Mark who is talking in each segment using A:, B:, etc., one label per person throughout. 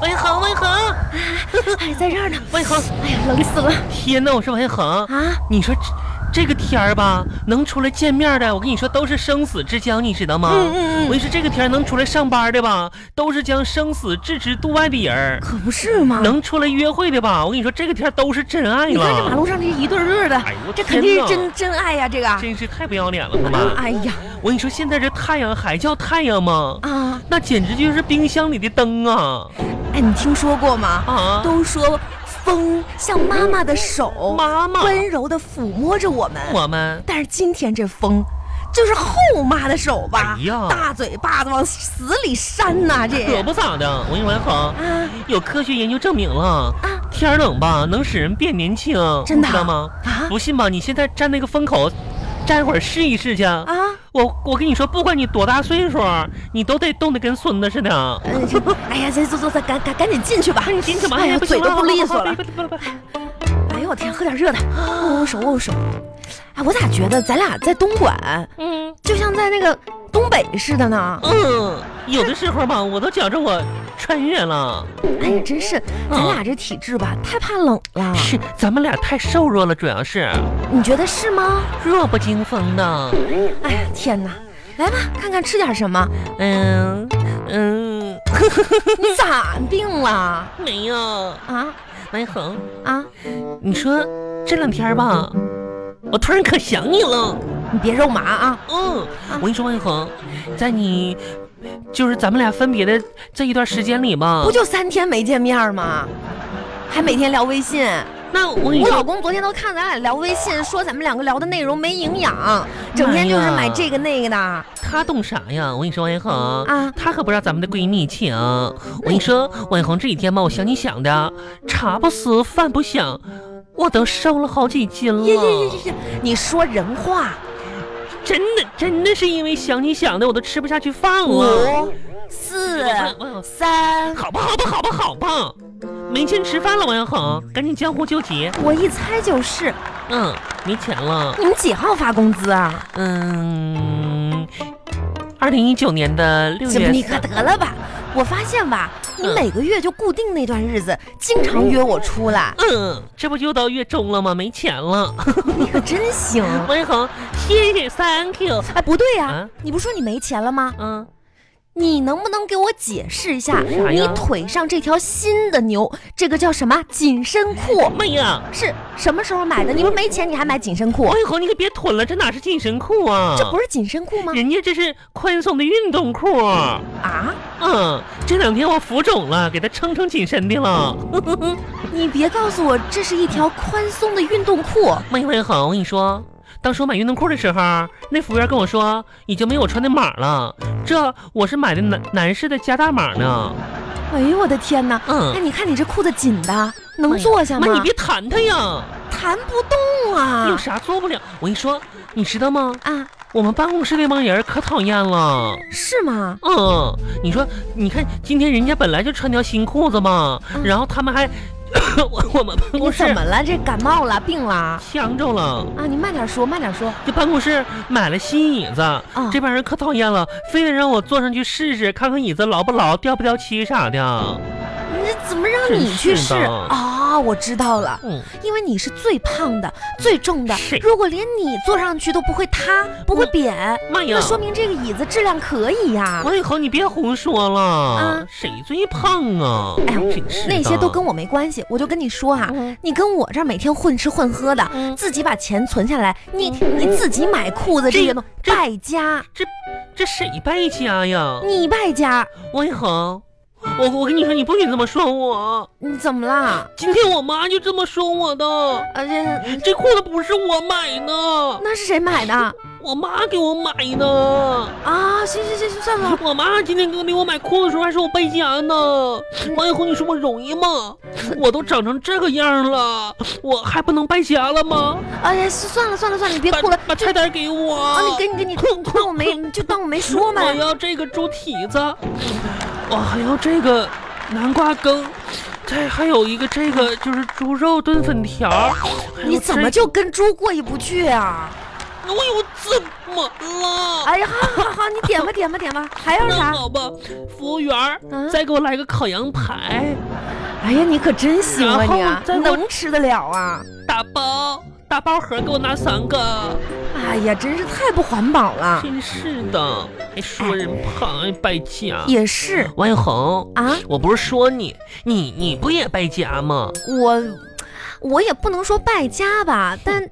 A: 王一恒，
B: 哎，在这儿呢，
A: 王一恒，
B: 哎呀，冷死了
A: 天呐，我说王一恒，
B: 啊！
A: 你说这这个天儿吧，能出来见面的，我跟你说都是生死之交，你知道吗？
B: 嗯嗯嗯
A: 我跟你说这个天儿能出来上班的吧，都是将生死置之度外的人儿。
B: 可不是嘛！
A: 能出来约会的吧？我跟你说，这个天儿都是真爱了。
B: 你看这马路上这一对儿对儿的
A: 哎呦，我
B: 这肯定是真真爱呀，这个。
A: 真是太不要脸了，他妈！
B: 哎呀
A: 我跟你说，现在这太阳还叫太阳吗？
B: 啊！
A: 那简直就是冰箱里的灯啊！
B: 哎，你听说过吗？
A: 啊，
B: 都说风像妈妈的手，
A: 妈妈
B: 温柔的抚摸着我们。
A: 我们
B: 但是今天这风，就是后妈的手吧？
A: 哎呀
B: 大嘴巴子往死里扇呐、
A: 可
B: 这
A: 不咋的。我跟你说，恒，
B: 哎啊
A: 有科学研究证明了，
B: 啊
A: 天儿冷吧能使人变年轻，
B: 真的啊
A: 你知道吗？
B: 啊
A: 不信吧？你现在站那个风口，站一会儿试一试去。
B: 啊！
A: 我我跟你说，不管你多大岁数，你都得冻得跟孙子似的。
B: 呃 这哎呀，这坐坐坐，赶赶赶紧进去吧！
A: 你进去吧，
B: 哎呀，
A: 不行
B: 嘴都不 利索了。
A: 不不不不
B: 哎呦我天，喝点热的，握握手握握手。哎，我咋觉得咱俩在东莞，
A: 嗯。
B: 就像在那个东北似的呢？
A: 嗯，有的时候吧，我都觉着我穿越了。
B: 哎呀，真是，咱俩这体质吧，太怕冷了。
A: 是，咱们俩太瘦弱了，主要是
B: 你觉得是吗？
A: 弱不禁风的。
B: 哎呀，天哪！来吧，看看吃点什么。
A: 嗯嗯，
B: 你咋病了啊
A: 没有，王一恒，
B: 啊？
A: 你说这两天吧，我突然可想你了。
B: 你别肉麻啊！
A: 嗯，我跟你说，王一恒，在你就是咱们俩分别的这一段时间里吧
B: 不，就三天没见面吗？还每天聊微信，
A: 那我跟你
B: 我老
A: 说，
B: 公昨天都看咱俩聊微信，说咱们两个聊的内容没营养，整天就是买这个那个的
A: 他懂啥呀？我跟你说，王一恒，
B: 啊！
A: 她可不让咱们的闺蜜情。我跟你说，婉红这几天吧，我想你想的，茶不思饭不想，我都瘦了好几斤了。
B: 耶耶耶耶耶！哎你说人话，
A: 真的真的是因为想你想的，我都吃不下去饭了。
B: 五四
A: 王永
B: 三，
A: 好吧，好吧，好吧，好吧，没钱吃饭了，王小恒，赶紧江湖救急。
B: 我一猜就是。
A: 嗯，没钱了。
B: 你们几号发工资啊？
A: 嗯，二零一九年的六
B: 行，
A: 月
B: 你可
A: 三，
B: 得了吧！我发现吧，你
A: 嗯
B: 每个月就固定那段日子，经常约我 出来，
A: 嗯，这不就到月中了吗？没钱了。
B: 你可真行。
A: 王小恒，谢谢，thank you。
B: 哎，不对呀、
A: 嗯啊
B: 你不说你没钱了吗？
A: 嗯。
B: 你能不能给我解释一下，
A: 啥
B: 你
A: 呀
B: 腿上这条新的牛，这个叫什么紧身裤？
A: 妹呀，
B: 是什么时候买的？你不是没钱，你还买紧身裤？
A: 王一恒，你可别囤了，这哪是紧身裤啊？
B: 这不
A: 是，
B: 是紧身裤吗？
A: 人家这是宽松的运动裤。
B: 啊，
A: 嗯，这两天我浮肿了，给它撑成紧身的了。
B: 你别告诉我这是一条宽松的运动裤。
A: 妹王一恒，我跟你说，当时我买运动裤的时候，那服务员跟我说已经没有我穿的码了，这我是买的男男士的加大码呢。
B: 哎呦我的天哪！哎，
A: 嗯，
B: 你看你这裤子紧的，能坐下吗？
A: 哎
B: 啊
A: 妈，你别弹它呀，
B: 弹不动
A: 有
B: 啊！
A: 啥做不了？我跟你说，你知道吗？
B: 啊，
A: 我们办公室那帮人可讨厌了。
B: 是吗？
A: 嗯，你说，你看今天人家本来就穿条新裤子嘛，
B: 嗯
A: 然后他们还， 我我们办
B: 你
A: 公室
B: 怎么了？这感冒了，病了啊？
A: 呛着了。
B: 你慢点说，慢点说。
A: 这办公室买了新椅子，
B: 啊
A: 这帮人可讨厌了，非得让我坐上去试试，看看椅子牢不牢，掉不掉漆啥的。
B: 你怎么让
A: 真
B: 你去
A: 是
B: 试
A: 的
B: 啊、我知道了，
A: 嗯，
B: 因为你是最胖的、最重的
A: 是。
B: 如果连你坐上去都不会塌、不会
A: 嗯
B: 扁，
A: 妈呀
B: 那！说明这个椅子质量可以呀、
A: 王以恒，你别胡说了，
B: 啊
A: 谁最胖啊？
B: 哎呀
A: 真是的
B: 那些都跟我没关系，我就跟你说哈、
A: 嗯
B: 你跟我这儿每天混吃混喝的，
A: 嗯
B: 自己把钱存下来，你你自己买裤子这些东
A: 这
B: 败家，
A: 这谁败家呀？
B: 你败家，
A: 啊王以恒，我我跟你说，你不许这么说我。
B: 你怎么啦？
A: 今天我妈就这么说我的。
B: 呃，这
A: 这裤子不是我买的，
B: 那是谁买的
A: 我妈给我买的。
B: 啊？行行行行，算了，
A: 我妈今天给我买裤子的时候还说我败家呢。王一红，你说我容易吗？我都长成这个样了，我还不能败家了吗？
B: 哎呀，算了算了算了，你别
A: 把
B: 哭了，
A: 把菜单给我。
B: 啊，你给你给你，你当我没，你就当我没说嘛。
A: 我哦要这个猪蹄子，我还要这个南瓜羹，再还有一个这个就是猪肉炖粉条。还有
B: 你怎么
A: 这
B: 就跟猪过意不去啊？
A: 哎呦，怎么了？
B: 哎呀，好好好，你点吧点吧点吧，还 要
A: 那
B: 啥？
A: 好吧，服务员儿，
B: 嗯
A: 再给我来个烤羊排，
B: 哎呀，你可真行啊你啊
A: 然后，再给我
B: 能吃得了啊！
A: 打包打包盒给我拿三个。
B: 哎呀，真是太不环保了。
A: 真是的，还说人胖还败家。
B: 也是
A: 王一恒，
B: 啊，
A: 我不是说你，你你不也败家吗？
B: 我我也不能说败家吧，但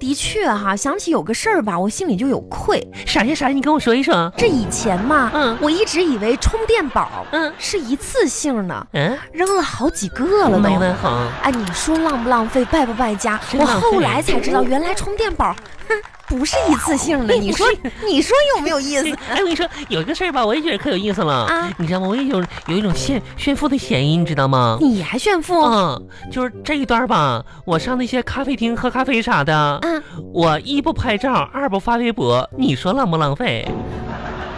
B: 的确哈、想起有个事儿吧，我心里就有愧。
A: 啥呀啥呀？你跟我说一声。
B: 这以前嘛，
A: 嗯
B: 我一直以为充电宝
A: 嗯
B: 是一次性的，
A: 嗯，
B: 扔了好几个了
A: 王
B: 都。
A: 文 恒，
B: 哎，你说浪不浪费，败不败家？
A: 真
B: 我
A: 浪费
B: 后来才知道，原来充电宝，哼，不是一次 性的。你说，你说有没有意思？
A: 哎，我跟你说，有一个事儿吧，我也觉得可有意思了。
B: 啊
A: 你知道吗？我也有有一种炫炫富的嫌疑，你知道吗？
B: 你还炫富？
A: 嗯，就是这一段吧，我上那些咖啡厅喝咖啡啥的，
B: 嗯，
A: 我一不拍照，二不发微博，你说浪不浪费？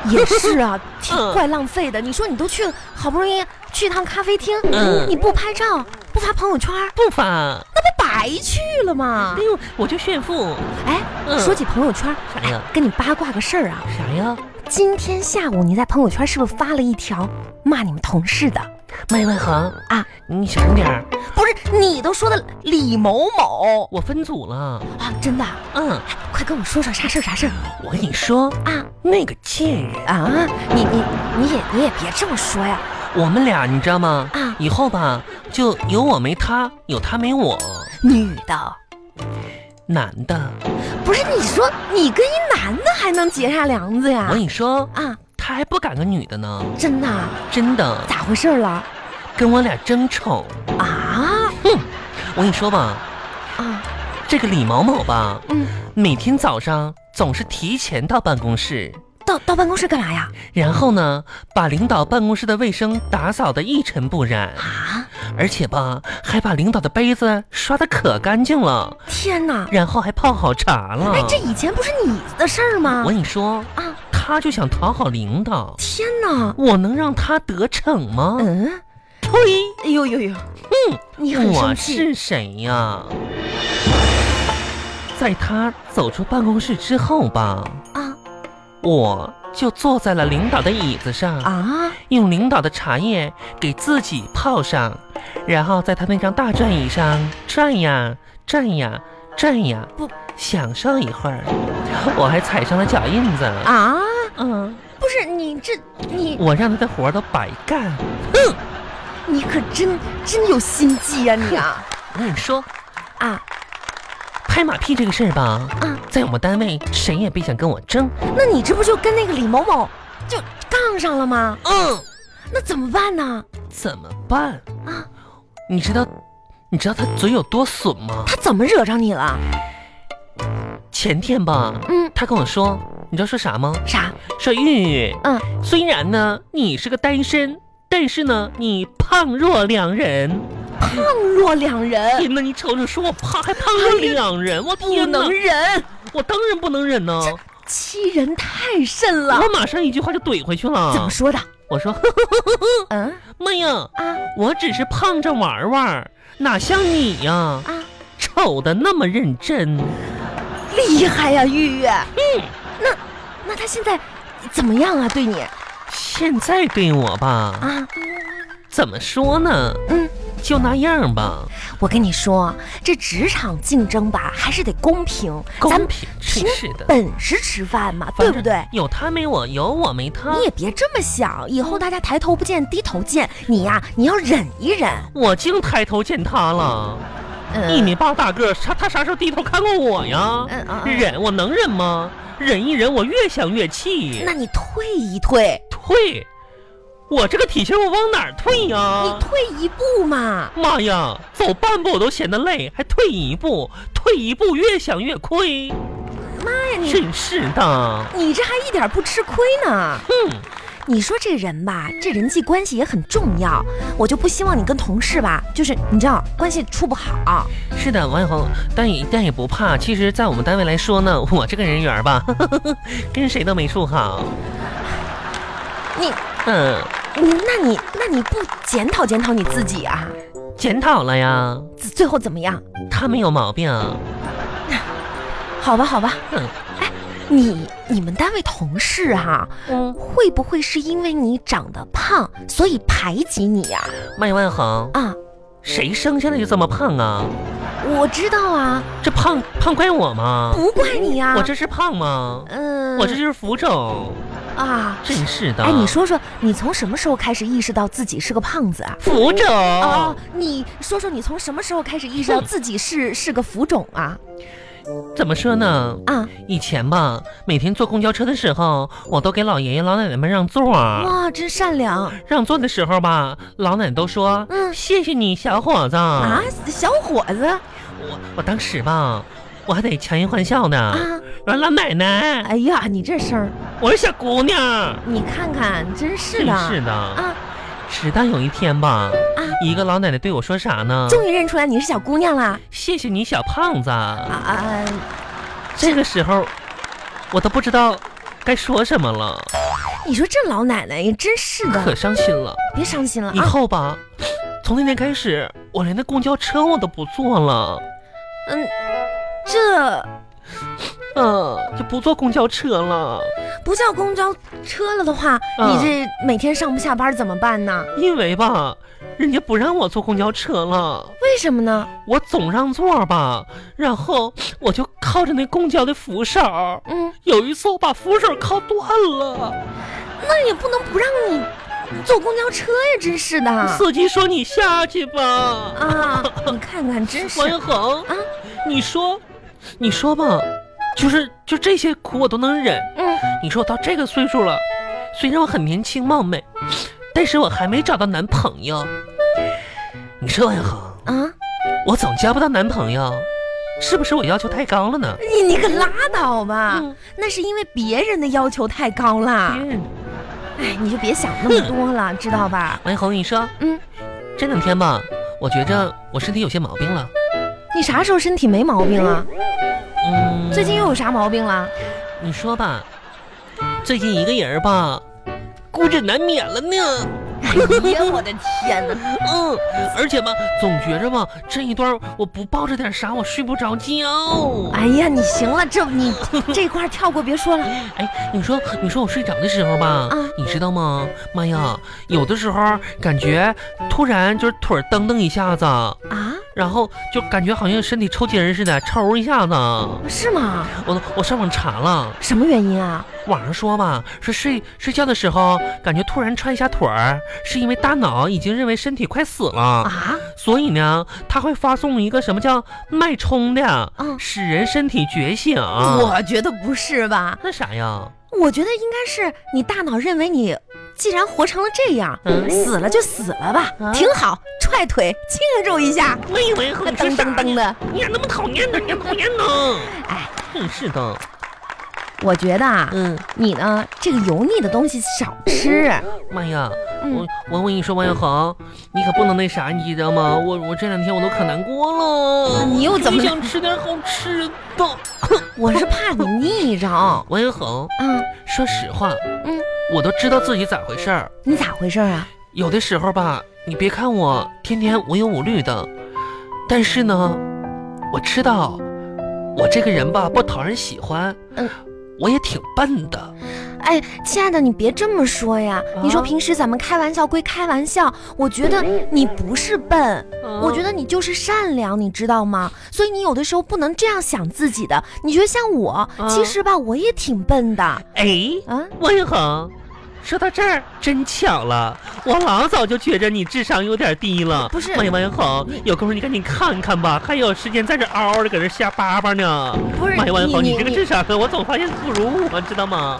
B: 也是 啊，挺
A: 嗯
B: 怪浪费的。你说你都去，好不容易去一趟咖啡厅，
A: 嗯
B: 你不拍照，不发朋友圈，
A: 不发，
B: 那不白去了吗
A: 哎？呦，我就炫富。
B: 哎，
A: 嗯
B: 说起朋友圈，
A: 啥呀？
B: 跟你八卦个事儿啊，
A: 啥呀？
B: 今天下午你在朋友圈是不是发了一条骂你们同事的？
A: 麦文恒
B: 啊，
A: 你小声点儿，
B: 不是，你都说的李某某
A: 我分组了。
B: 啊，真的啊。
A: 嗯，
B: 快跟我说说啥事儿啥事儿
A: 我跟你说，
B: 啊
A: 那个贱人，
B: 啊！你你你也你也别这么说呀
A: 我们俩你知道吗？
B: 啊！
A: 以后吧，就有我没他，有他没我。
B: 女的
A: 男
B: 啊
A: 的，
B: 不是你说你跟一男的还能结啥梁子
A: 我
B: 呀
A: 跟？你说，
B: 啊，
A: 他还不敢跟女的呢，
B: 真的啊
A: 真的
B: 咋回事儿了
A: 跟我俩争宠。
B: 啊
A: 我跟你说吧，
B: 啊
A: 这个李某某吧，
B: 嗯，
A: 每天早上总是提前到办公室，
B: 到到办公室干嘛呀？
A: 然后呢，把领导办公室的卫生打扫得一尘不染。
B: 啊！
A: 而且吧，还把领导的杯子刷得可干净了，
B: 天哪！
A: 然后还泡好茶了。
B: 哎，这以前不是你的事儿吗
A: 嗯我？跟你说，
B: 啊！
A: 他就想讨好领导，
B: 天哪！
A: 我能让他得逞吗？
B: 嗯，
A: 呸！
B: 哎呦呦呦，
A: 嗯，
B: 你很
A: 我
B: 生气
A: 是谁呀？在他走出办公室之后吧，
B: 啊
A: 我就坐在了领导的椅子上，
B: 啊！
A: 用领导的茶叶给自己泡上，然后在他那张大转椅上转呀转呀转呀，
B: 不
A: 享受一会儿。我还踩上了脚印子，
B: 啊！
A: 嗯，
B: 不是你这你
A: 我让他的活儿都白干。
B: 你可真真有心计呀、你啊
A: 我跟你说，
B: 啊！
A: 拍马屁这个事儿吧，
B: 嗯
A: 在我们单位谁也别想跟我争。
B: 那你这不就跟那个李某某就杠上了吗？
A: 嗯，
B: 那怎么办呢？
A: 怎么办？
B: 啊，
A: 你知道，你知道他嘴有多损吗？
B: 他怎么惹着你了？
A: 前天吧，
B: 嗯，
A: 他跟我说，你知道说啥吗？
B: 啥？
A: 说玉玉，
B: 嗯，
A: 虽然呢你是个单身，但是呢你胖若两人。
B: 胖若两人，
A: 天呐，你瞅瞅，说我胖还胖若两人，我
B: 哎不
A: 天呐
B: 能，忍，
A: 我当然不能忍呢，
B: 欺人太甚了。
A: 我马上一句话就怼回去了。
B: 怎 么？说的？
A: 我说，
B: 嗯
A: 妈呀，
B: 啊
A: 我只是胖着玩玩，哪像你呀、
B: 啊，
A: 瞅的那么认真。
B: 厉害呀、玉玉。嗯，那那他现在怎么样啊？对你
A: 现在对我吧，
B: 啊？
A: 怎么说呢？
B: 嗯，
A: 就那样吧，
B: 我跟你说，这职场竞争吧，还是得公平，咱
A: 公
B: 们
A: 平，真是的，
B: 本事吃饭嘛，对
A: 反
B: 不
A: 正
B: 对？
A: 有他没我，有我没他
B: 你。也别这么想，以后大家抬头不见低头见，你呀、你要忍一忍。
A: 我净抬头见他了，
B: 嗯
A: 一米八大个儿，他他啥时候低头看过我呀？
B: 嗯嗯嗯
A: 忍，我能忍吗？忍一忍，我越想越气
B: 那。你退一退，
A: 退，我这个体型我往哪儿退
B: 你
A: 呀？
B: 退一步嘛。
A: 妈呀，走半步我都嫌得累，还退一步，退一步越想越亏，
B: 妈呀，你
A: 真是的。
B: 你这还一点不吃亏呢。
A: 哼，
B: 你说这人吧，这人际关系也很重要。我就不希望你跟同事吧，就是你知道关系处不好。啊
A: 是的，王小红，但也但也不怕。其实，在我们单位来说呢，我这个人缘儿吧， 跟谁都没处好。
B: 你
A: 嗯，
B: 你那你那你不检讨检讨你自己啊？
A: 检讨了呀，
B: 最最后怎么样？
A: 他没有毛病。
B: 好吧好吧。
A: 嗯
B: 哎，你你们单位同事哈、
A: 嗯，
B: 会不会是因为你长得胖，所以排挤你呀、
A: 麦万恒，
B: 啊？
A: 谁生下来就这么胖啊？
B: 我知道啊，
A: 这胖胖怪我吗？
B: 不怪你呀、
A: 啊我这是胖吗？
B: 嗯，
A: 我这就是浮肿，
B: 啊，
A: 真是的。
B: 哎，你说说，你从什么时候开始意识到自己是个胖子啊？
A: 浮肿
B: 啊，你说说，你从什么时候开始意识到自己是 是个浮肿啊？
A: 怎么说呢？
B: 啊，
A: 以前吧，每天坐公交车的时候，我都给老爷爷老奶奶们让座儿。
B: 哇，真善良啊
A: 让座的时候吧，老奶奶都说：“
B: 嗯
A: 谢谢你，小伙子。”
B: 啊，小伙子
A: 我我当时吧，我还得强颜欢笑呢。
B: 啊！
A: 我说老奶奶，
B: 哎呀，你这声儿，
A: 我是小姑娘。
B: 你看看，真是的
A: 真是的。
B: 啊！
A: 直到有一天吧，一个老奶奶对我说啥呢？
B: 终于认出来你是小姑娘啦！
A: 谢谢你，小胖子。
B: 啊啊，
A: 这个时候，我都不知道该说什么了，
B: 你说这老奶奶也真是的，
A: 可伤心了。
B: 别伤心了
A: 以
B: 啊！
A: 后吧，从那天开始，我连那公交车我都不坐了，
B: 嗯，这
A: 嗯、就不坐公交车了，
B: 不叫公交车了的话，
A: 嗯
B: 你这每天上不下班怎么办呢？
A: 因为吧，人家不让我坐公交车了，
B: 为什么呢？
A: 我总让座吧，然后我就靠着那公交的扶手，
B: 嗯，
A: 有一次我把扶手靠断了，
B: 那也不能不让你坐公交车呀，真是的啊！
A: 司机说你下去吧，
B: 你看看，真是
A: 王彦恒
B: 啊，
A: 你说，你说吧，就是就这些苦我都能忍。
B: 嗯，
A: 你说我到这个岁数了，虽然我很年轻貌美，但是我还没找到男朋友。你说万恒，
B: 啊，
A: 我总交不到男朋友，是不是我要求太高了呢？
B: 你你可拉倒吧，
A: 嗯
B: 那是因为别人的要求太高了。
A: 别人，
B: 哎，你就别想那么多了，知道吧？
A: 王一恒，你说
B: 嗯，
A: 这两天吧，我觉着我身体有些毛病了。
B: 你啥时候身体没毛病了？
A: 嗯，
B: 最近又有啥毛病了？
A: 你说吧，最近一个人吧，孤枕难眠了呢。
B: 哎呀，我的天哪！
A: 嗯，而且吧，总觉着吧，这一段我不抱着点啥，我睡不着觉。
B: 哎呀，你行了，这你这块儿跳过，别说了。
A: 哎，你说，你说我睡着的时候吧，
B: 啊
A: 你知道吗？妈呀，有的时候感觉突然就是腿儿蹬蹬一下子，
B: 啊，
A: 然后就感觉好像身体抽筋儿似的，抽一下子。
B: 是吗？
A: 我都我上网查了，
B: 什么原因啊？
A: 网上说吧，说睡睡觉的时候感觉突然踹一下腿儿，是因为大脑已经认为身体快死了，
B: 啊，
A: 所以呢，它会发送一个什么叫脉冲的，
B: 嗯
A: 使人身体觉醒。
B: 我觉得不是吧？
A: 那啥呀？
B: 我觉得应该是你大脑认为你既然活成了这样，
A: 嗯
B: 死了就死了吧，
A: 啊
B: 挺好，踹腿庆祝一下，
A: 我以为和
B: 噔噔噔的。
A: 你哎咋那么讨厌呢？你咋讨厌呢？
B: 哎，
A: 真是的。
B: 我觉得啊，
A: 嗯，
B: 你呢，这个油腻的东西少吃。
A: 妈呀，
B: 嗯
A: 我，我我跟你说，王小恒，你可不能那啥，你知道吗？我我这两天我都可难过了。
B: 啊你又怎么
A: 我就想吃点好吃的？
B: 我是怕你腻着啊。
A: 王小恒，说实话，
B: 嗯，
A: 我都知道自己咋回事儿。
B: 你咋回事啊？
A: 有的时候吧，你别看我天天无忧无虑的，但是呢，我知道我这个人吧不讨人喜欢，
B: 嗯，
A: 我也挺笨的。
B: 哎，亲爱的，你别这么说呀。你说
A: 啊
B: 平时咱们开玩笑归开玩笑，我觉得你不是笨，我觉
A: 得
B: 得你就是善良，你知道吗？所以你有的时候不能这样想自己的。你觉得像我，
A: 啊
B: 其实吧，我也挺笨的啊。
A: 哎。王一恒，说到这儿真巧了，我老早就觉着你智商有点低了。
B: 不是
A: 王一王一恒，有功夫你赶紧看看吧，还有时间在这嗷嗷的搁这瞎叭叭呢。
B: 不是
A: 王一王一
B: 你
A: 恒，你
B: 你
A: 这个
B: 你
A: 智商，我总发现不如我，知道吗？